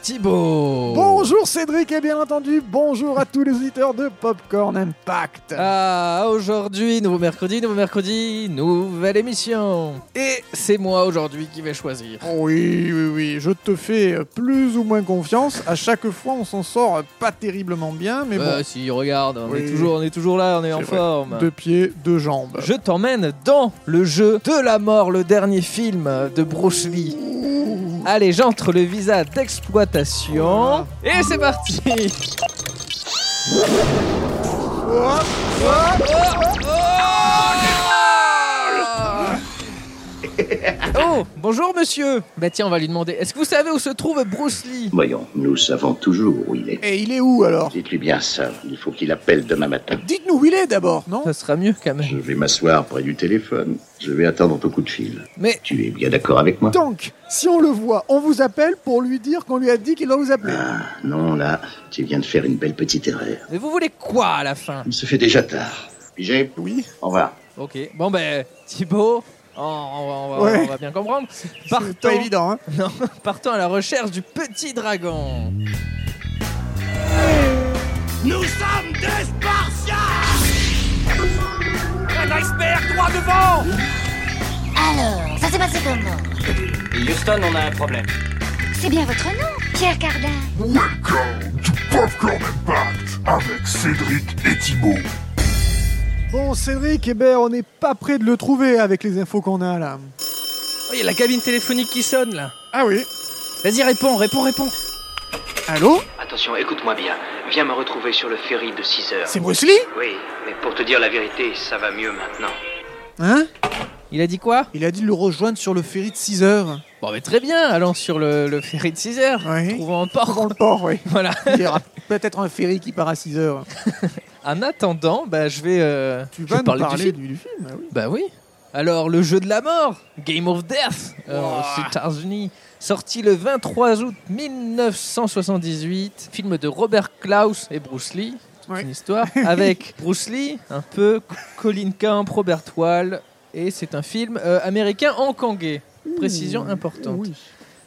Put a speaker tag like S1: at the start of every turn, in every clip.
S1: Thibaut
S2: Bonjour Cédric et bien entendu bonjour à tous les auditeurs de Popcorn Impact.
S1: Ah, aujourd'hui, nouveau mercredi, nouveau mercredi, nouvelle émission Et c'est moi aujourd'hui qui vais choisir.
S2: Oui, oui, oui, je te fais euh, plus ou moins confiance. À chaque fois, on s'en sort euh, pas terriblement bien, mais
S1: Bah, si, regarde, on, est
S2: Oui.
S1: toujours, on est toujours là, on est, en
S2: vrai.
S1: forme
S2: bon, deux pieds, deux jambes.
S1: Je t'emmène dans le jeu de la mort, le dernier film de Bruce Lee. Allez, j'entre le visa d'exploitation. Et c'est parti Oh, bonjour monsieur Bah tiens, on va lui demander, est-ce que vous savez où se trouve Bruce Lee
S3: Voyons, nous savons toujours où il est.
S2: Et il est où alors
S3: Dites-lui bien ça. Il faut qu'il appelle demain matin.
S2: Dites-nous où il est d'abord, non
S1: Ça sera mieux quand même.
S3: Je vais m'asseoir près du téléphone. Je vais attendre ton coup de fil.
S1: Mais
S3: Tu es bien d'accord avec moi
S2: Donc, si on le voit, on vous appelle pour lui dire qu'on lui a dit qu'il doit vous appeler.
S3: Ah, Non, là, tu viens de faire une belle petite erreur.
S1: Mais vous voulez quoi à la fin
S3: Il se fait déjà tard. J'ai
S2: Oui.
S3: Au revoir.
S1: Ok, bon ben, Thibaut, on, on va- on va,
S2: Ouais.
S1: on va bien comprendre.
S2: C'est pas
S1: Partons,
S2: évident, hein
S1: non, partons à la recherche du petit dragon.
S4: Nous sommes des Spartiates Un iceberg droit devant
S5: Alors, ça s'est passé comment
S4: Houston, on a un problème.
S5: C'est bien votre nom, Pierre Cardin.
S6: Welcome to Popcorn Impact avec Cédric et Thibaut.
S2: Bon, Cédric, eh ben, on n'est pas près de le trouver avec les infos qu'on a là.
S7: Oh, il y a la cabine téléphonique qui sonne là.
S2: Ah oui
S7: Vas-y, réponds, réponds, réponds.
S2: Allô
S8: Attention, écoute-moi bien. Viens me retrouver sur le ferry de 6 heures.
S2: C'est Bruce Lee
S8: Oui, mais pour te dire la vérité, ça va mieux maintenant.
S2: Hein
S1: Il a dit quoi
S2: Il a dit de le rejoindre sur le ferry de 6 heures.
S1: Bon mais très bien, allons sur le, le ferry de 6 heures.
S2: Oui.
S1: Trouvons un port.
S2: Dans le port, Oh, oui.
S1: Voilà.
S2: Il y aura peut-être un ferry qui part à 6 heures.
S1: En attendant, bah, je vais, euh,
S2: Tu
S1: je
S2: vas
S1: vais
S2: nous
S1: parler, du
S2: parler,
S1: film.
S2: du, du film, ah oui.
S1: Bah oui. Alors, le jeu de la mort, Game of Death, euh, aux États-Unis, sorti le 23 août 1978, film de Robert Klaus et Bruce Lee. C'est
S2: Ouais.
S1: une histoire avec Bruce Lee, un peu Colin Camp, Robert Wall, et c'est un film euh, américain hongkongais. Précision importante.
S2: Oui.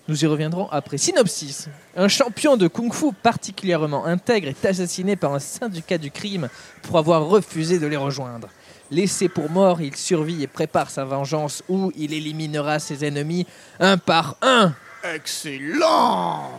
S1: Nous y reviendrons après. Synopsis. Un champion de kung-fu particulièrement intègre est assassiné par un syndicat du crime pour avoir refusé de les rejoindre. Laissé pour mort, il survit et prépare sa vengeance où il éliminera ses ennemis un par un.
S2: Excellent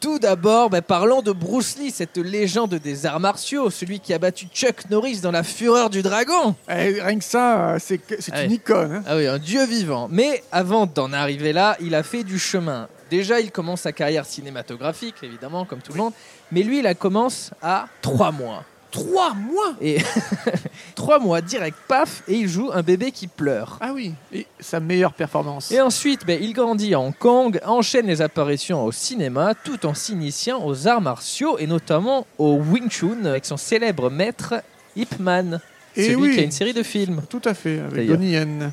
S1: Tout d'abord, ben, parlons de Bruce Lee, cette légende des arts martiaux, celui qui a battu Chuck Norris dans la fureur du dragon.
S2: Eh, Rien que ça, euh, c'est que- c'est
S1: Ouais.
S2: une icône. hein.
S1: Ah oui, un dieu vivant. Mais avant d'en arriver là, il a fait du chemin. Déjà, il commence sa carrière cinématographique, évidemment, comme tout le monde. Mais lui, il la commence à trois mois.
S2: Trois mois
S1: Et trois mois direct, paf, et il joue un bébé qui pleure.
S2: Ah oui, et sa meilleure performance.
S1: Et ensuite, ben, il grandit à Hong Kong, enchaîne les apparitions au cinéma, tout en s'initiant aux arts martiaux et notamment au Wing Chun avec son célèbre maître Ip Man,
S2: Et
S1: celui
S2: Eh oui.
S1: qui a une série de films.
S2: Tout à fait, avec
S1: D'ailleurs.
S2: Donnie Yen.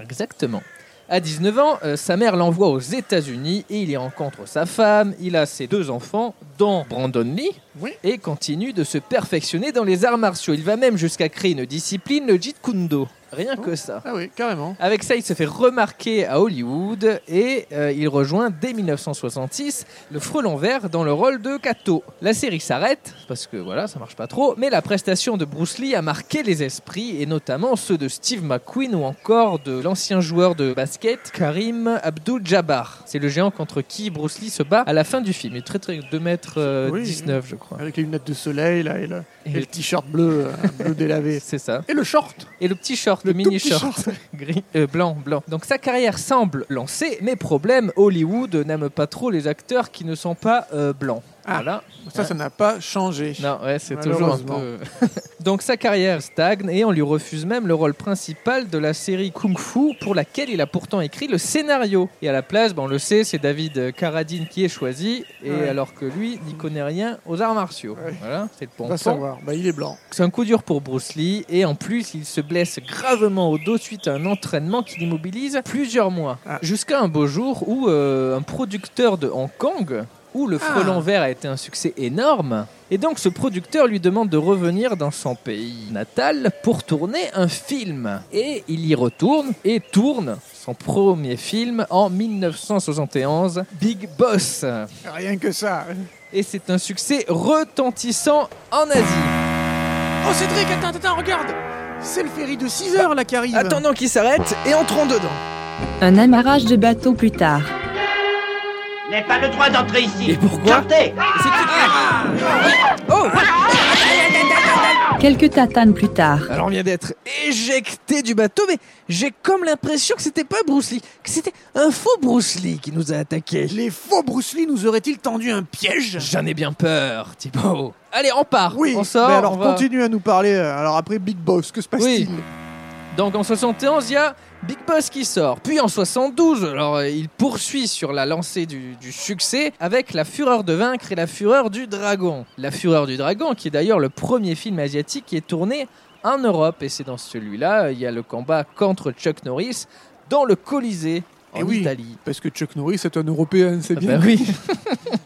S1: Exactement. À 19 ans, euh, sa mère l'envoie aux États-Unis et il y rencontre sa femme. Il a ses deux enfants, dont Brandon Lee,
S2: Oui.
S1: et continue de se perfectionner dans les arts martiaux. Il va même jusqu'à créer une discipline, le Jeet Kune Do. Rien que ça.
S2: Ah oui, carrément.
S1: Avec ça, il se fait remarquer à Hollywood et euh, il rejoint dès 1966 le Frelon Vert dans le rôle de Kato. La série s'arrête parce que voilà, ça marche pas trop, mais la prestation de Bruce Lee a marqué les esprits et notamment ceux de Steve McQueen ou encore de l'ancien joueur de basket Karim Abdul-Jabbar. C'est le géant contre qui Bruce Lee se bat à la fin du film. Il est très très 2 mètres euh,
S2: Oui,
S1: 19, je crois.
S2: Avec les lunettes de soleil, là, et le, et
S1: Et-
S2: le t-shirt bleu, euh, bleu délavé.
S1: C'est ça.
S2: Et le short
S1: Et le petit short, le,
S2: Le tout
S1: mini
S2: petit
S1: short.
S2: short.
S1: Gris, euh, blanc, blanc. Donc sa carrière semble lancée, mais problème, Hollywood n'aime pas trop les acteurs qui ne sont pas euh, blancs.
S2: Ah.
S1: Voilà.
S2: Ça, ça n'a pas changé.
S1: Non, ouais, c'est toujours un
S2: Malheureusement.
S1: peu. Donc sa carrière stagne et on lui refuse même le rôle principal de la série Kung Fu pour laquelle il a pourtant écrit le scénario. Et à la place, bon, on le sait, c'est David Carradine qui est choisi, et
S2: Ouais.
S1: alors que lui n'y connaît rien aux arts martiaux.
S2: Ouais.
S1: Voilà, c'est le
S2: On
S1: ponton.
S2: va savoir. Bah, il est blanc.
S1: C'est un coup dur pour Bruce Lee et en plus il se blesse gravement au dos suite à un entraînement qui l'immobilise plusieurs mois.
S2: Ah.
S1: Jusqu'à un beau jour où euh, un producteur de Hong Kong où le frelon vert a été un succès énorme. Et donc ce producteur lui demande de revenir dans son pays natal pour tourner un film. Et il y retourne et tourne son premier film en 1971, Big Boss.
S2: Rien que ça.
S1: Et c'est un succès retentissant en Asie.
S7: Oh Cédric, attends, attends, regarde
S2: C'est le ferry de 6 heures là qui arrive.
S7: Attendons qu'il s'arrête et entrons dedans.
S9: Un amarrage de bateau plus tard.
S4: N'ai pas le droit d'entrer ici.
S7: Et pourquoi
S4: Sortez
S1: Oh
S9: Quelques tatanes plus tard.
S1: Alors on vient d'être éjecté du bateau, mais j'ai comme l'impression que c'était pas Bruce Lee, que c'était un faux Bruce Lee qui nous a attaqués.
S2: Les faux Bruce Lee nous auraient-ils tendu un piège
S1: J'en ai bien peur, Thibaut. Allez, on part.
S2: Oui,
S1: on sort.
S2: mais alors
S1: on va-
S2: continue à nous parler. euh, Alors après Big Boss, que se passe-t-il
S1: Donc en 71, il y a Big Boss qui sort. Puis en 72, alors euh, il poursuit sur la lancée du, du succès avec La Fureur de vaincre et La Fureur du dragon. La Fureur du dragon, qui est d'ailleurs le premier film asiatique qui est tourné en Europe. Et c'est dans celui-là, euh, il y a le combat contre Chuck Norris dans le Colisée en
S2: Eh oui.
S1: Italie.
S2: Parce que Chuck Norris est un Européen, c'est
S1: Ah
S2: bien,
S1: bah oui.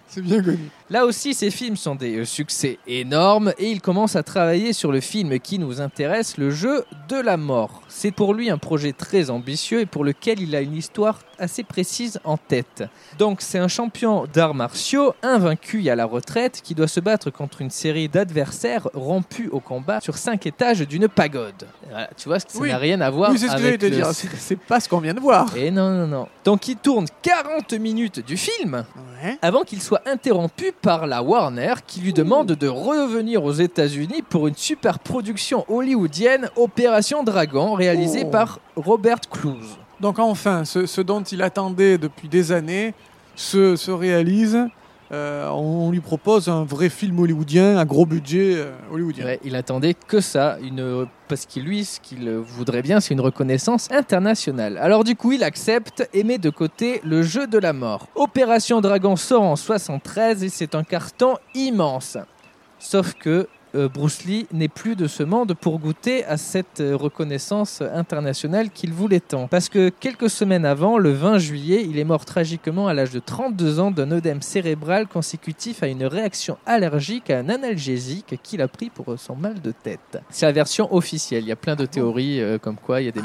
S2: c'est bien connu.
S1: Là aussi, ces films sont des euh, succès énormes et il commence à travailler sur le film qui nous intéresse, le jeu de la mort. C'est pour lui un projet très ambitieux et pour lequel il a une histoire assez précise en tête. Donc c'est un champion d'arts martiaux, invaincu et à la retraite, qui doit se battre contre une série d'adversaires rompus au combat sur cinq étages d'une pagode. Voilà, tu vois, ça
S2: Oui.
S1: n'a rien à voir
S2: oui, c'est ce que j'allais
S1: avec
S2: te
S1: le
S2: dire. C'est c'est pas ce qu'on vient de voir.
S1: Et non, non, non. Donc il tourne 40 minutes du film
S2: Ouais.
S1: avant qu'il soit interrompu par la Warner qui lui demande de revenir aux États-Unis pour une super production hollywoodienne Opération Dragon réalisée
S2: Oh.
S1: par Robert Clouse.
S2: Donc enfin, ce, ce dont il attendait depuis des années se, se réalise. Euh, on, on lui propose un vrai film hollywoodien, un gros budget euh, hollywoodien.
S1: Ouais, il attendait que ça, une... parce qu'il lui, ce qu'il voudrait bien, c'est une reconnaissance internationale. Alors du coup, il accepte et met de côté le jeu de la mort. Opération Dragon sort en 73 et c'est un carton immense. Sauf que euh, Bruce Lee n'est plus de ce monde pour goûter à cette euh, reconnaissance internationale qu'il voulait tant. Parce que quelques semaines avant, le 20 juillet, il est mort tragiquement à l'âge de 32 ans d'un œdème cérébral consécutif à une réaction allergique à un analgésique qu'il a pris pour euh, son mal de tête. C'est la version officielle. Il y a plein de théories euh, comme quoi il y a des...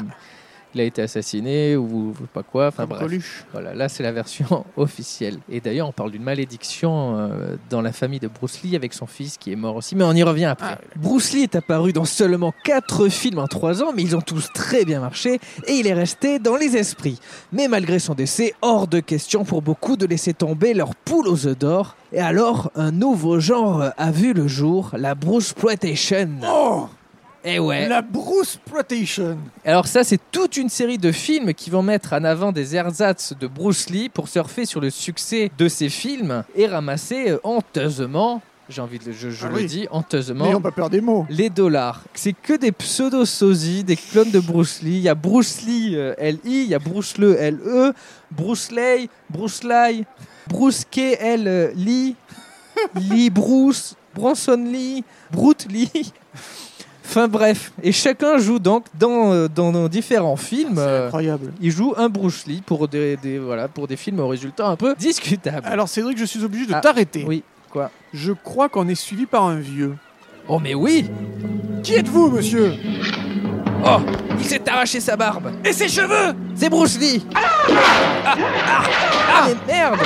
S1: Il a été assassiné ou, ou pas quoi. Enfin
S2: Comme
S1: bref.
S2: Coluche.
S1: Voilà, là c'est la version officielle. Et d'ailleurs, on parle d'une malédiction euh, dans la famille de Bruce Lee avec son fils qui est mort aussi, mais on y revient après. Ah, Bruce Lee est apparu dans seulement 4 films en 3 ans, mais ils ont tous très bien marché et il est resté dans les esprits. Mais malgré son décès, hors de question pour beaucoup de laisser tomber leur poule aux œufs d'or. Et alors, un nouveau genre euh, a vu le jour, la Bruce Ploitation.
S2: Oh
S1: Eh ouais.
S2: La Bruce Protection.
S1: Alors ça, c'est toute une série de films qui vont mettre en avant des ersatz de Bruce Lee pour surfer sur le succès de ces films et ramasser euh, honteusement, j'ai envie de le, je, je
S2: Ah
S1: le
S2: oui.
S1: dis, honteusement.
S2: N'ayons pas peur des mots.
S1: Les dollars, c'est que des pseudo-sosies, des clones de Bruce Lee. Il y a Bruce Lee euh, L.I., il y a Bruce Le L.E., Bruce Ley, Bruce Lai, Bruce K. L. euh, Lee, Lee Bruce, Bronson Lee, Brute Lee. Enfin bref, et chacun joue donc dans, euh, dans nos différents films. euh,
S2: Incroyable.
S1: il joue un Bruce Lee pour des, des- voilà, pour des films aux résultats un peu discutables.
S2: Alors Cédric, je suis obligé de
S1: Ah,
S2: t'arrêter.
S1: oui, quoi
S2: Je crois qu'on est suivi par un vieux.
S1: Oh mais oui
S2: Qui êtes-vous, monsieur
S1: Oh Il s'est arraché sa barbe
S7: Et ses cheveux
S1: C'est Bruce Lee Ah, mais merde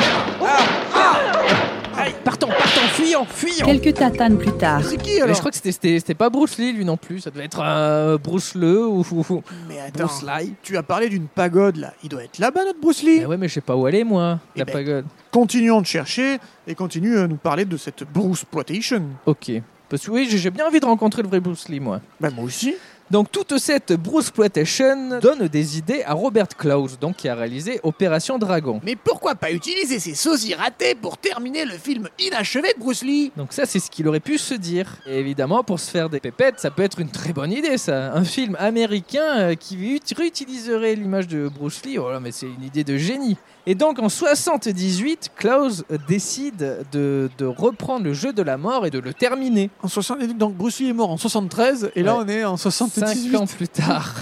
S1: Allez, partons, partons, fuyons, fuyons
S9: Quelques tatanes plus tard.
S2: C'est qui
S1: Mais
S2: alors
S1: je crois que c'était- c'était c'était pas Bruce Lee lui non plus, ça devait être un euh, Bruce Le ou, ou- ou
S2: Mais attends,
S1: Bruce Lee.
S2: tu as parlé d'une pagode là. Il doit être là-bas, notre Bruce Lee.
S1: Eh ouais mais je sais pas où elle est moi,
S2: Eh
S1: la
S2: ben.
S1: pagode.
S2: Continuons de chercher et continue à nous parler de cette Bruce Protection.
S1: Ok. Parce que oui, j'ai j'ai bien envie de rencontrer le vrai Bruce Lee moi.
S2: Bah moi aussi.
S1: Donc toute cette Bruce Ploitation donne des idées à Robert Klaus, donc qui a réalisé Opération Dragon.
S2: Mais pourquoi pas utiliser ces sosies ratées pour terminer le film inachevé de Bruce Lee
S1: Donc ça, c'est ce qu'il aurait pu se dire. Et évidemment, pour se faire des pépettes, ça peut être une très bonne idée, ça. Un film américain euh, qui ut- réutiliserait l'image de Bruce Lee, oh là, mais c'est une idée de génie. Et donc, en 78, Klaus euh, décide de, de reprendre le jeu de la mort et de le terminer.
S2: En 70, donc Bruce Lee est mort en 73 et là
S1: Ouais.
S2: on est en 78.
S1: Cinq ans plus tard.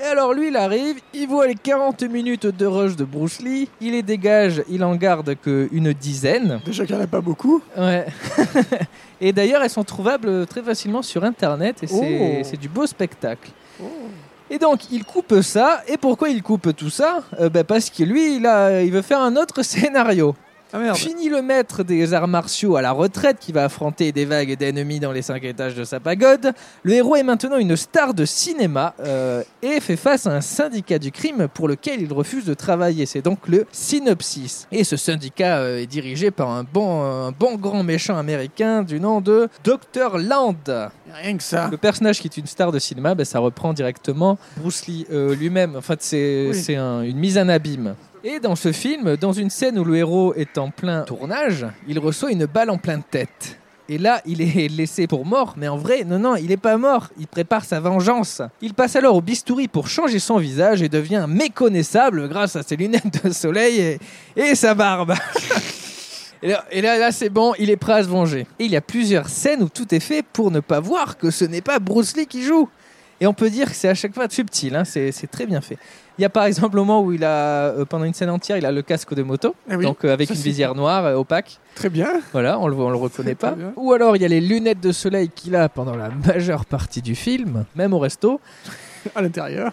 S1: Et alors lui, il arrive, il voit les 40 minutes de rush de Bruce Lee, il les dégage, il en garde qu'une dizaine.
S2: Déjà qu'il n'y en a pas beaucoup.
S1: Ouais. et d'ailleurs, elles sont trouvables très facilement sur Internet et c'est
S2: Oh.
S1: c'est du beau spectacle. Et donc, il coupe ça. Et pourquoi il coupe tout ça Euh, ben, Parce que lui, il, a, il veut faire un autre scénario.
S2: Ah merde.
S1: Fini le maître des arts martiaux à la retraite qui va affronter des vagues d'ennemis dans les cinq étages de sa pagode. Le héros est maintenant une star de cinéma euh, et fait face à un syndicat du crime pour lequel il refuse de travailler. C'est donc le synopsis. Et ce syndicat euh, est dirigé par un bon, un bon grand méchant américain du nom de Dr. Land.
S2: Rien que ça.
S1: Le personnage qui est une star de cinéma, ben, ça reprend directement Bruce Lee euh, lui-même. En fait, c'est
S2: Oui.
S1: c'est un- une mise en abîme. Et dans ce film, dans une scène où le héros est en plein tournage, il reçoit une balle en pleine tête. Et là, il est laissé pour mort, mais en vrai, non, non, il n'est pas mort, il prépare sa vengeance. Il passe alors au bistouri pour changer son visage et devient méconnaissable grâce à ses lunettes de soleil et, et sa barbe. Et là, et là, là, c'est bon, il est prêt à se venger. Et il y a plusieurs scènes où tout est fait pour ne pas voir que ce n'est pas Bruce Lee qui joue. Et on peut dire que c'est à chaque fois subtil, hein, c'est c'est très bien fait. Il y a par exemple le moment où il a, euh, pendant une scène entière, il a le casque de moto,
S2: Ah oui,
S1: donc euh, avec
S2: ça,
S1: une
S2: c'est-
S1: visière noire euh, opaque.
S2: Très bien.
S1: Voilà, on le, voit, on le reconnaît
S2: Très
S1: pas.
S2: bien.
S1: Ou alors il y a les lunettes de soleil qu'il a pendant la majeure partie du film, même au resto.
S2: À l'intérieur.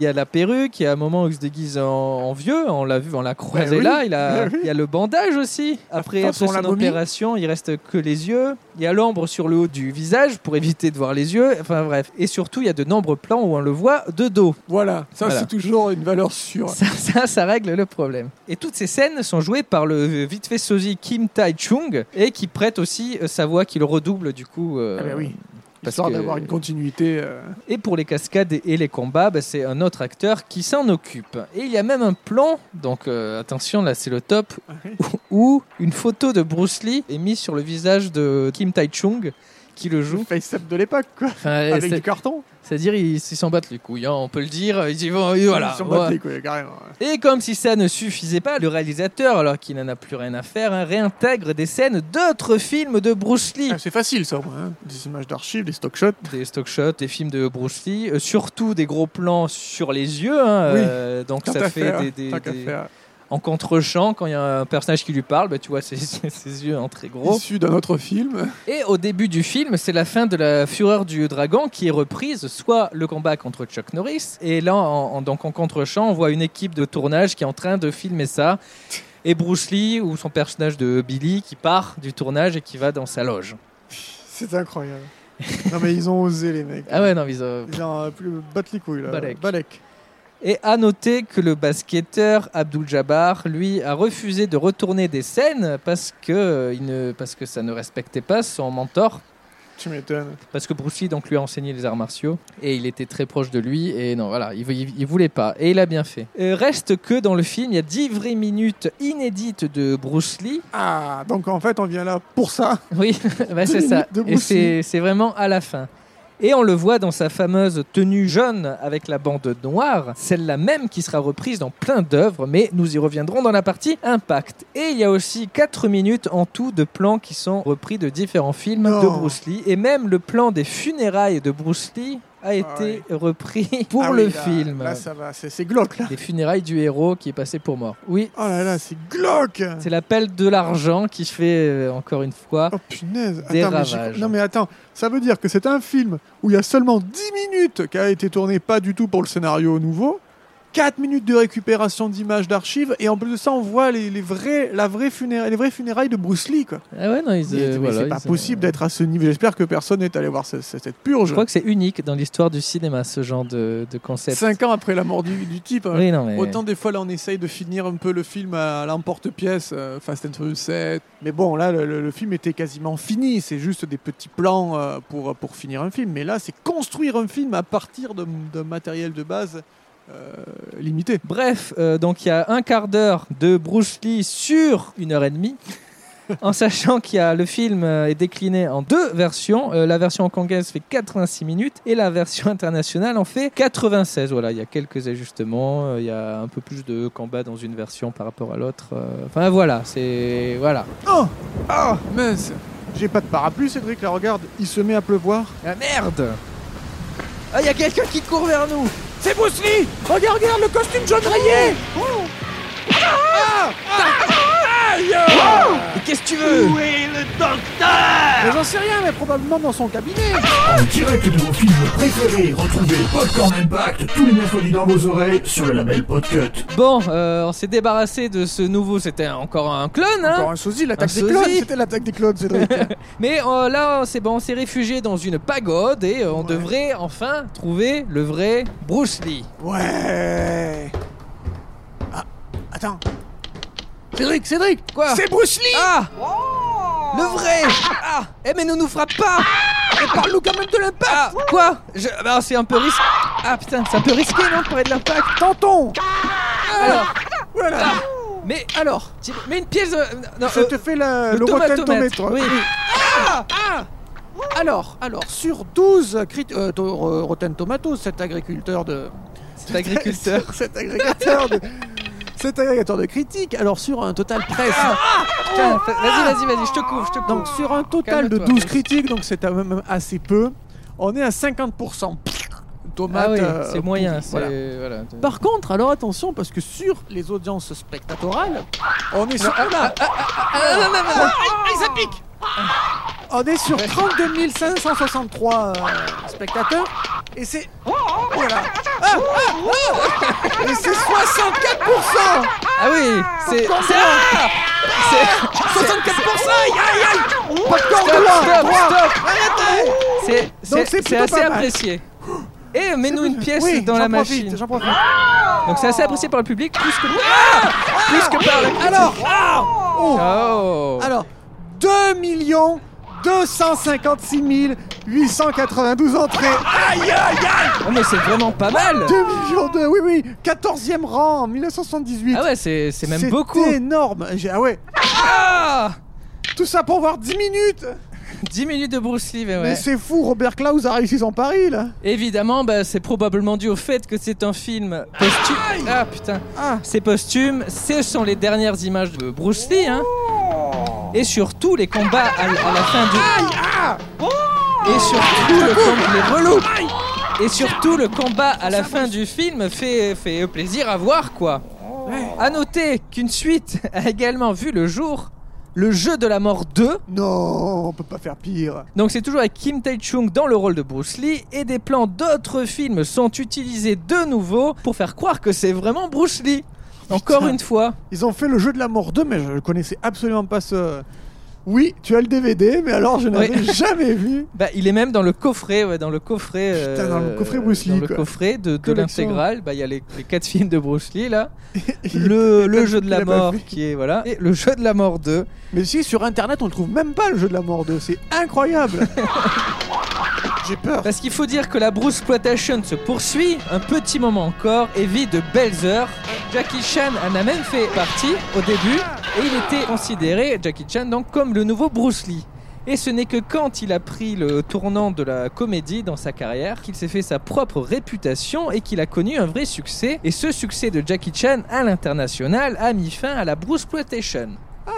S1: Il y a la perruque, il y a un moment où il se déguise en, en vieux, on l'a vu, on l'a croisé
S2: oui,
S1: là, il, a,
S2: ben oui.
S1: il y a le bandage aussi. Après,
S2: façon,
S1: après
S2: on l'a
S1: son
S2: momie.
S1: opération, il reste que les yeux, il y a l'ombre sur le haut du visage pour éviter de voir les yeux, enfin bref. Et surtout, il y a de nombreux plans où on le voit de dos.
S2: Voilà. Ça,
S1: Voilà.
S2: c'est toujours une valeur sûre.
S1: Ça, ça, ça règle le problème. Et toutes ces scènes sont jouées par le vite fait sosie Kim Tai-chung et qui prête aussi euh, sa voix, qui le redouble du coup. euh,
S2: Ah ben oui.
S1: parce
S2: Histoire
S1: que-
S2: d'avoir une continuité. euh,
S1: Et pour les cascades et les combats, bah, c'est un autre acteur qui s'en occupe. Et il y a même un plan, donc euh, attention, là c'est le top, où une photo de Bruce Lee est mise sur le visage de Kim Tai-chung qui le
S2: Le
S1: joue.
S2: face-up de l'époque, quoi.
S1: Enfin,
S2: Avec
S1: c'est-
S2: du carton.
S1: C'est-à-dire ils ils s'en battent les couilles, hein, on peut le dire. Ils y vont, et voilà.
S2: Ils sont
S1: voilà.
S2: battus, quoi, carrément.
S1: Et comme si ça ne suffisait pas, le réalisateur, alors qu'il n'en a plus rien à faire, hein, réintègre des scènes d'autres films de Bruce Lee.
S2: Ah, c'est facile, ça, au moins, hein. Des images d'archives, des stock shots.
S1: des stock shots, des films de Bruce Lee, euh, surtout des gros plans sur les yeux. hein,
S2: Oui.
S1: euh, donc
S2: Tant
S1: ça
S2: qu'à
S1: fait
S2: faire,
S1: des, des-
S2: tant qu'à
S1: des-
S2: faire.
S1: en contre-champ quand il y a un personnage qui lui parle, bah, tu vois ses, ses yeux en très gros.
S2: Issu d'un autre film.
S1: Et au début du film, c'est la fin de la fureur du dragon qui est reprise, soit le combat contre Chuck Norris, et là, en, en- donc en contre-champ, on voit une équipe de tournage qui est en train de filmer ça. Et Bruce Lee ou son personnage de Billy qui part du tournage et qui va dans sa loge.
S2: C'est incroyable. non, mais ils ont osé, les mecs.
S1: Ah ouais, non, mais ils ont-
S2: Ils ont euh, plus battre les couilles, là.
S1: Balek.
S2: Balek.
S1: Et à noter que le basketteur Abdul Jabbar, lui, a refusé de retourner des scènes parce que, euh, il ne, parce que ça ne respectait pas son mentor.
S2: Tu m'étonnes.
S1: Parce que Bruce Lee donc, lui a enseigné les arts martiaux et il était très proche de lui. Et non, voilà, il, vou- il- il voulait pas. Et il a bien fait. Euh, reste que dans le film, il y a 10 vraies minutes inédites de Bruce Lee.
S2: Ah, donc en fait, on vient là pour ça.
S1: Oui, bah, c'est
S2: Dix
S1: ça.
S2: minutes de
S1: Et
S2: Bruce
S1: c'est c'est vraiment à la fin. Et on le voit dans sa fameuse tenue jaune avec la bande noire, celle-là même qui sera reprise dans plein d'œuvres, mais nous y reviendrons dans la partie Impact. Et il y a aussi 4 minutes en tout de plans qui sont repris de différents films de
S2: Non.
S1: Bruce Lee, et même le plan des funérailles de Bruce Lee a été repris pour
S2: Ah oui,
S1: le
S2: là-
S1: film.
S2: Là, ça va. C'est c'est glauque, là.
S1: Les funérailles du héros qui est passé pour mort. Oui,
S2: Oh là là, c'est glauque.
S1: c'est l'appel de l'argent qui fait, euh, encore une fois,
S2: Oh punaise
S1: Des
S2: Attends, mais j'y-
S1: ravages.
S2: Non mais attends, ça veut dire que c'est un film où il y a seulement 10 minutes qui a été tourné pas du tout pour le scénario nouveau, 4 minutes de récupération d'images d'archives, et en plus de ça on voit les, les, vrais, la vraie funéra- les vraies funérailles de Bruce Lee. quoi.
S1: Ah ouais, non, ils,
S2: Mais-
S1: euh,
S2: mais
S1: voilà,
S2: c'est pas
S1: ils, euh,
S2: possible d'être à ce niveau. J'espère que personne n'est allé voir ce- ce- cette purge.
S1: Je crois que c'est unique dans l'histoire du cinéma, ce genre de, de concept.
S2: 5 ans après la mort du, du type. hein.
S1: Oui, non, mais...
S2: Autant des fois là on essaye de finir un peu le film à l'emporte-pièce, euh, Fast and Furious 7. Mais bon là le, le- le film était quasiment fini, c'est juste des petits plans euh, pour, pour finir un film. Mais là c'est construire un film à partir de- d'un matériel de base euh, limité.
S1: Bref, euh, donc il y a un quart d'heure de Bruce Lee sur une heure et demie. en sachant qu'il y a le film euh, est décliné en deux versions. Euh, la version hongkongaise fait 86 minutes et la version internationale en fait 96. Voilà, il y a quelques ajustements, euh, il y a un peu plus de combat dans une version par rapport à l'autre. euh, Enfin voilà, c'est voilà.
S2: Oh Ah Mince J'ai pas de parapluie Cédric, là regarde, il se met à pleuvoir.
S1: Ah merde Ah, il y a quelqu'un qui court vers nous
S7: C'est Bruce Lee Regarde, regarde, le costume jaune rayé
S1: Ah, Mais qu'est-ce que tu veux
S4: Où est le docteur
S2: Mais j'en sais rien, mais probablement dans son cabinet.
S6: En direct de vos films préférés, retrouvez Popcorn Impact tous les mercredis dans vos oreilles sur le label Podcut.
S1: Bon, euh, on s'est débarrassé de ce nouveau, c'était encore un clone, hein
S2: Encore un sosie, l'attaque
S1: Un
S2: des
S1: sosie.
S2: clones. C'était l'attaque des clones, Cédric.
S1: Mais euh, là, c'est bon, on s'est réfugié dans une pagode et euh, on devrait enfin trouver le vrai Bruce Lee.
S2: ouais. Ah, attends. Cédric, Cédric
S1: Quoi
S2: C'est Bruce Lee
S1: Ah
S2: Oh.
S1: Le vrai Ah Eh mais ne nous frappe pas Et parle-nous quand même de l'impact
S2: Ah.
S1: Quoi Je... Bah c'est un peu risqué. Ah putain, c'est un peu risqué non pour être de l'impact
S2: Tonton Ah.
S1: Alors,
S2: Voilà
S1: Mais alors tu- Mais une pièce de... Non,
S2: Je
S1: euh,
S2: te fais le, Ah.
S1: le
S2: le
S1: tomatomètre,
S2: rototomètre.
S1: oui. Ah.
S2: Alors, alors, sur 12 crit... euh, to- euh, Rotten Tomatoes, cet agriculteur de...
S1: Cet agriculteur.
S2: cet agriculteur de... Cet agrégateur de critiques, alors sur un total 13.
S1: Ah Tiens, fa- Vas-y, vas-y, vas-y, je te couvre, je te couvre.
S2: Oh. Donc sur un total de
S1: Calme-toi.
S2: 12 critiques, donc c'est quand même assez peu, on est à 50%. Tomate,
S1: Ah oui,
S2: euh,
S1: c'est moyen,
S2: pourrie,
S1: c'est...
S2: voilà. Bah,
S1: Voilà.
S2: Par contre, alors attention, parce que sur les audiences spectatorales, on est sur, Voilà.
S1: Ah, non, non, non, non.
S2: on est sur 32 563 euh, spectateurs, et c'est... Voilà. Ah, ah, ah et c'est 64%
S1: Ah oui, c'est...
S2: Popcorn
S1: C'est... Ah C'est-
S2: 64% Aïe, aïe, aïe Popcorn droit,
S1: Stop,
S2: droit.
S1: stop Oh. C'est-
S2: Donc, c'est
S1: C'est c'est
S2: plutôt
S1: assez
S2: pas mal.
S1: apprécié. Et mets-nous une pièce
S2: Oui,
S1: dans
S2: j'en
S1: la
S2: profite,
S1: machine. Ah,
S2: J'en profite.
S1: Donc c'est assez apprécié par le public, plus que, Ah plus que par la critique.
S2: Alors, oh.
S1: Oh.
S2: Alors, 2 256 892 entrées. Aïe, aïe, aïe
S1: Oh, mais c'est vraiment pas mal
S2: 2 millions de... Oui, oui, 14e rang en 1978.
S1: Ah ouais, c'est c'est même
S2: C'était
S1: beaucoup
S2: énorme. J'ai- Ah ouais.
S1: Ah
S2: Tout ça pour voir 10 minutes.
S1: 10 minutes de Bruce Lee, mais ouais.
S2: Mais c'est fou, Robert Klaus a réussi son pari, là.
S1: Évidemment, bah, c'est probablement dû au fait que c'est un film posthume. Ah putain
S2: Ah.
S1: C'est posthume, ce sont les dernières images de Bruce Lee, hein Et surtout les combats à, à la fin du... Et surtout le com- les relous. Et surtout le combat à la fin du film fait, fait plaisir à voir quoi. À noter qu'une suite a également vu le jour, le jeu de la mort 2.
S2: Non, on peut pas faire pire.
S1: Donc c'est toujours avec Kim Tae-chung dans le rôle de Bruce Lee et des plans d'autres films sont utilisés de nouveau pour faire croire que c'est vraiment Bruce Lee. Encore
S2: Putain.
S1: une fois.
S2: Ils ont fait le jeu de la mort 2, mais je le connaissais absolument pas ce... Oui, tu as le DVD, mais alors je n'avais
S1: Oui.
S2: jamais vu.
S1: Bah, il est même dans le coffret, ouais, dans le coffret. euh,
S2: Putain, dans le coffret Bruce Lee,
S1: Dans le
S2: quoi.
S1: coffret de, de
S2: Collection.
S1: l'intégrale, bah, il y a les, les quatre films de Bruce Lee là. le, le jeu de la
S2: Il a pas
S1: mort
S2: fait.
S1: qui est voilà et le jeu de la mort 2
S2: Mais si, sur internet, on le trouve même pas le jeu de la mort 2, c'est incroyable J'ai peur
S1: parce qu'il faut dire que la Bruce Plotation se poursuit un petit moment encore et vit de belles heures Jackie Chan en a même fait partie au début et il était considéré Jackie Chan donc comme le nouveau Bruce Lee et ce n'est que quand il a pris le tournant de la comédie dans sa carrière qu'il s'est fait sa propre réputation et qu'il a connu un vrai succès. Et ce succès de Jackie Chan à l'international a mis fin à la Bruce Plotation.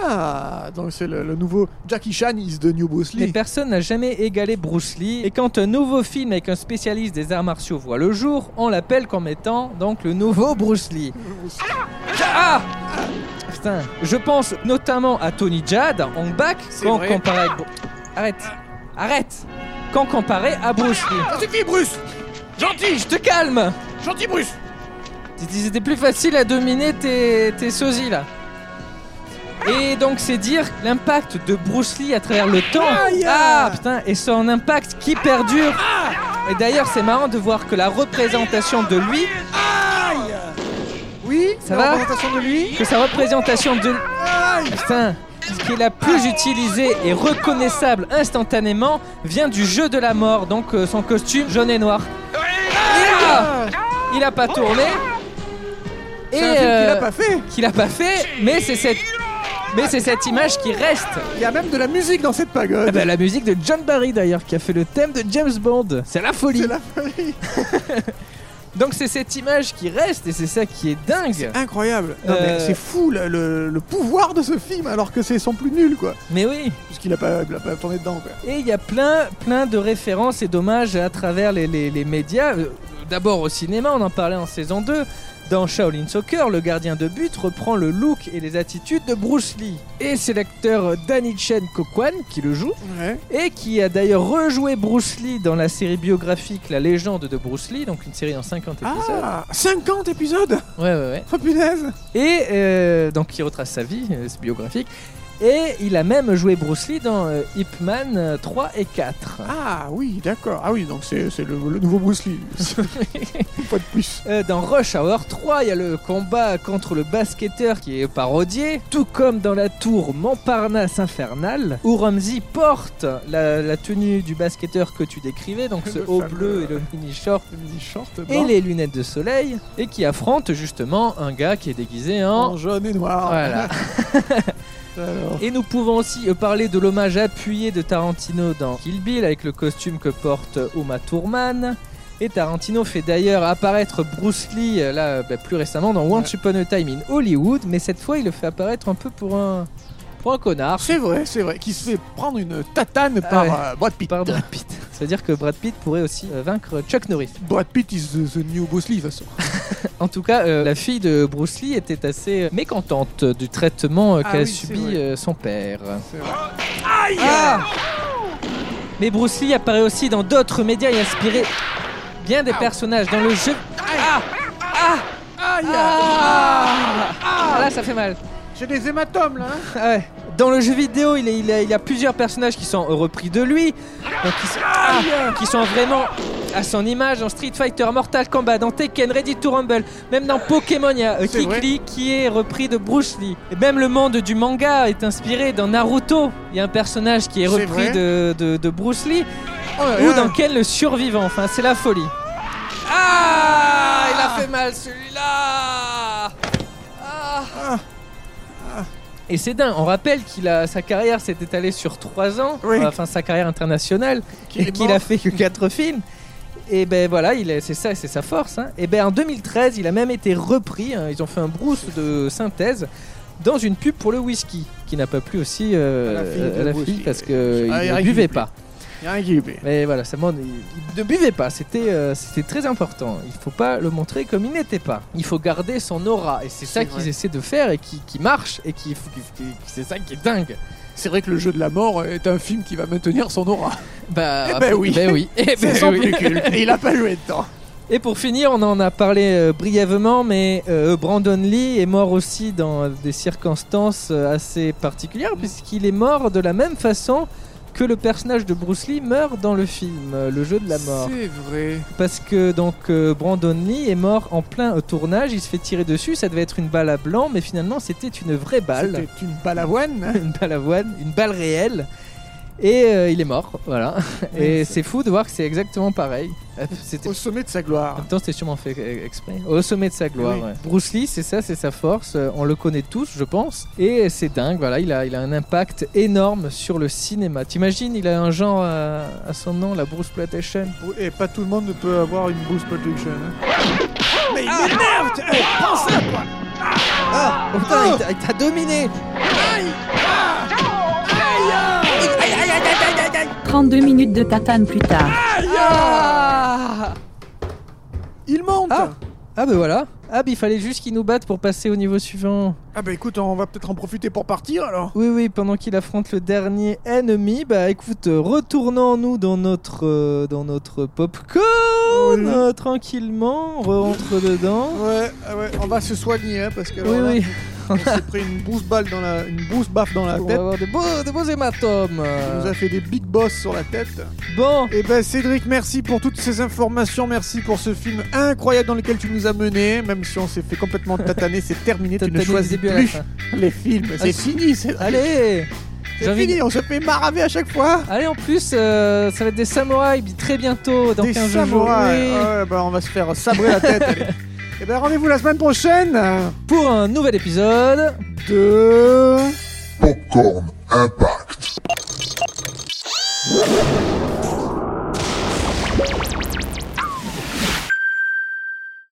S2: Ah, donc c'est le, le nouveau Jackie Chan is the new Bruce
S1: Mais
S2: Lee.
S1: personne n'a jamais égalé Bruce Lee. Et quand un nouveau film avec un spécialiste des arts martiaux voit le jour, on l'appelle comme étant donc le nouveau Bruce Lee. Ah Putain. Je pense notamment à Tony Jad, Hong Bak, quand
S2: vrai.
S1: comparé avec Bru- Arrête Arrête Quand comparé à Bruce Lee.
S7: Ça suffit, Bruce Gentil
S1: Je te calme
S7: Gentil, Bruce
S1: C'était plus facile à dominer tes, tes sosies là. Et donc c'est dire l'impact de Bruce Lee à travers le temps. Ah putain, et son impact qui perdure. Et d'ailleurs c'est marrant de voir que la représentation de lui,
S2: Oui,
S1: Ça
S2: la
S1: va
S2: représentation de lui
S1: que sa représentation de...
S2: Aïe
S1: Putain, qui est la plus utilisée et reconnaissable instantanément, vient du jeu de la mort, donc euh, son costume jaune et noir. Ah il a pas tourné. Et
S2: C'est un film qu'il a
S1: euh,
S2: pas fait
S1: qu'il a pas fait, mais c'est cette, mais c'est cette image qui reste.
S2: Il y a même de la musique dans cette pagode
S1: Ah bah, la musique de John Barry d'ailleurs qui a fait le thème de James Bond. C'est la folie.
S2: C'est la folie
S1: Donc c'est cette image qui reste et c'est ça qui est dingue.
S2: Incroyable. Non, mais
S1: Euh.
S2: C'est fou le, le- le pouvoir de ce film alors que c'est son plus nul quoi.
S1: Mais oui.
S2: Puisqu'il a pas, il a pas tourné dedans quoi.
S1: Et il y a plein, plein de références et d'hommages à travers les, les- les médias. Euh, D'abord au cinéma, on en parlait en saison 2. Dans Shaolin Soccer, le gardien de but reprend le look et les attitudes de Bruce Lee. Et c'est l'acteur Danichen Kokwan qui le joue,
S2: Ouais.
S1: et qui a d'ailleurs rejoué Bruce Lee dans la série biographique La légende de Bruce Lee, donc une série en 50 épisodes.
S2: Ah 50 épisodes
S1: Ouais, ouais, ouais.
S2: Oh punaise
S1: Et euh, donc qui retrace sa vie, euh, c'est biographique. Et il a même joué Bruce Lee dans euh, Ip Man euh, 3 et 4.
S2: Ah oui d'accord. Ah oui donc c'est c'est le, le nouveau Bruce Lee. Une fois de plus.
S1: Euh, dans Rush Hour 3, il y a le combat contre le basketteur qui est parodié, tout comme dans la tour Montparnasse infernale, où Ramsey porte la, la tenue du basketteur que tu décrivais, donc ce
S2: Le
S1: haut
S2: fameux,
S1: bleu et le mini short
S2: Le mini short
S1: et
S2: blanc,
S1: les lunettes de soleil, et qui affronte justement un gars qui est déguisé en...
S2: en jaune et noir.
S1: Voilà.
S2: Alors,
S1: Et nous pouvons aussi euh, parler de l'hommage appuyé de Tarantino dans Kill Bill avec le costume que porte Uma Thurman. Et Tarantino fait d'ailleurs apparaître Bruce Lee, euh, là, euh, bah, plus récemment, dans Once Upon a Time in Hollywood, mais cette fois, il le fait apparaître un peu pour un, pour un connard.
S2: c'est vrai, c'est vrai, qui se fait prendre une tatane par
S1: ouais.
S2: euh, Brad Pitt.
S1: Par Brad Pitt. C'est-à-dire que Brad Pitt pourrait aussi euh, vaincre Chuck Norris.
S2: Brad Pitt is the, the new Bruce Lee de toute façon.
S1: En tout cas, euh, la fille de Bruce Lee était assez euh, mécontente du traitement euh,
S2: Ah
S1: qu'a
S2: oui, c'est
S1: subi
S2: vrai.
S1: euh, son père.
S2: C'est vrai.
S1: Ah Mais Bruce Lee apparaît aussi dans d'autres médias et a inspiré bien des personnages dans le jeu. Ah Ah
S2: Aïe
S1: Ah Ah, Là, ça fait mal.
S2: J'ai des hématomes là hein.
S1: Ah ouais. Dans le jeu vidéo, il, est- il a, il a plusieurs personnages qui sont repris de lui, donc qui, sont- ah, qui sont vraiment à son image dans Street Fighter, Mortal Kombat, dans Tekken, Ready to Rumble, même dans Pokémon, il y a euh,
S2: C'est
S1: Kick
S2: vrai.
S1: Lee qui est repris de Bruce Lee. Et même le monde du manga est inspiré dans Naruto. Il y a un personnage qui est
S2: C'est
S1: repris
S2: vrai.
S1: de- de- de Bruce Lee.
S2: Oh, Ah.
S1: Ou dans Ken le survivant, enfin c'est la folie. Ah Il a fait mal celui-là
S2: Ah.
S1: Et c'est dingue, on rappelle qu'il a sa carrière s'est étalée sur 3 ans,
S2: Oui.
S1: enfin sa carrière internationale,
S2: Qu'il
S1: et
S2: est
S1: qu'il
S2: mort.
S1: a fait que 4 films. Et ben voilà, il est- c'est ça, c'est sa force. hein. Et ben en 2013, il a même été repris. hein, ils ont fait un brousse de synthèse dans une pub pour le whisky, qui n'a pas plu aussi euh,
S2: À la fille de
S1: à la
S2: Bruce
S1: fille
S2: Lee.
S1: parce que
S2: Ah,
S1: il
S2: il
S1: ne
S2: a
S1: buvait
S2: rigolé.
S1: pas.
S2: Y'a un qui est épais.
S1: Mais voilà, ça demande- il- il ne buvez pas, c'était euh, c'était très important. Il faut pas le montrer comme il n'était pas. Il faut garder son aura. Et c'est ça
S2: C'est
S1: qu'ils
S2: vrai.
S1: essaient de faire et qui, qui marche. Et qui, qui- qui- c'est ça qui est dingue.
S2: C'est vrai que le jeu de la mort est un film qui va maintenir son aura.
S1: Bah,
S2: Eh ben oui.
S1: ben oui. Eh ben
S2: C'est son
S1: oui.
S2: plus culte. Et il a pas joué dedans.
S1: Et pour finir, on en a parlé euh, brièvement, mais euh, Brandon Lee est mort aussi dans des circonstances euh, assez particulières, puisqu'il est mort de la même façon que le personnage de Bruce Lee meurt dans le film, euh, Le jeu de la mort.
S2: C'est vrai.
S1: Parce que donc euh, Brandon Lee est mort en plein euh, tournage, il se fait tirer dessus, ça devait être une balle à blanc, mais finalement c'était une vraie balle,
S2: C'était une balavoine. hein.
S1: une balle avoine, une balle réelle, et euh, il est mort, voilà. Et c'est fou de voir que c'est exactement pareil. Euh, C'était
S2: Au sommet de sa
S1: en
S2: gloire.
S1: même temps, c'était sûrement fait euh, exprès. Au sommet de sa gloire.
S2: Oui.
S1: ouais. Bruce Lee, c'est ça, c'est sa force. euh, On le connaît tous, je pense. Et c'est dingue, voilà, il a, il a un impact énorme sur le cinéma. T'imagines, il a un genre à, à son nom, la Bruce Plantation.
S2: Et pas tout le monde peut avoir une Bruce Production. hein. Mais il m'énerve tu- eh, Prends ça quoi.
S1: Ah oh putain, il t'a- il t'a dominé
S9: 32 minutes de tatane plus tard.
S1: Ah
S2: Il monte
S1: Ah.
S2: ah.
S1: Ah bah voilà Ah bah il fallait juste qu'il nous batte pour passer au niveau suivant.
S2: bah écoute, on va peut-être en profiter pour partir alors.
S1: Oui oui, pendant qu'il affronte le dernier ennemi, bah écoute, euh, retournons-nous dans notre euh, dans notre popcorn euh, tranquillement, on rentre dedans.
S2: Ouais, ah ouais, on va se soigner hein, parce que
S1: Oui
S2: alors là,
S1: oui,
S2: on s'est pris une brousse balle dans la, une brousse baffe dans la
S1: on va
S2: tête.
S1: avoir de beaux, de beaux hématomes.
S2: On nous a fait des big boss sur la tête.
S1: Bon,
S2: Eh ben Cédric, merci pour toutes ces informations, merci pour ce film incroyable dans lequel tu nous as menés, même si on s'est fait complètement tataner, c'est terminé, tu
S1: t'as
S2: ne
S1: mis le
S2: choisis
S1: début à la
S2: plus
S1: fin.
S2: les films, c'est
S1: c'est-
S2: fini, c'est
S1: Allez J'ai
S2: c'est
S1: envie de-
S2: fini, on se fait maraver à chaque fois
S1: Allez en plus, euh, ça va être des samouraïs bi- très bientôt dans
S2: Des
S1: 15
S2: samouraïs,
S1: jours. Oui.
S2: Ah ouais, bah, on va se faire sabrer la tête, allez. Eh ben rendez-vous la semaine prochaine
S1: Pour un nouvel épisode.
S2: de...
S6: Popcorn Impact.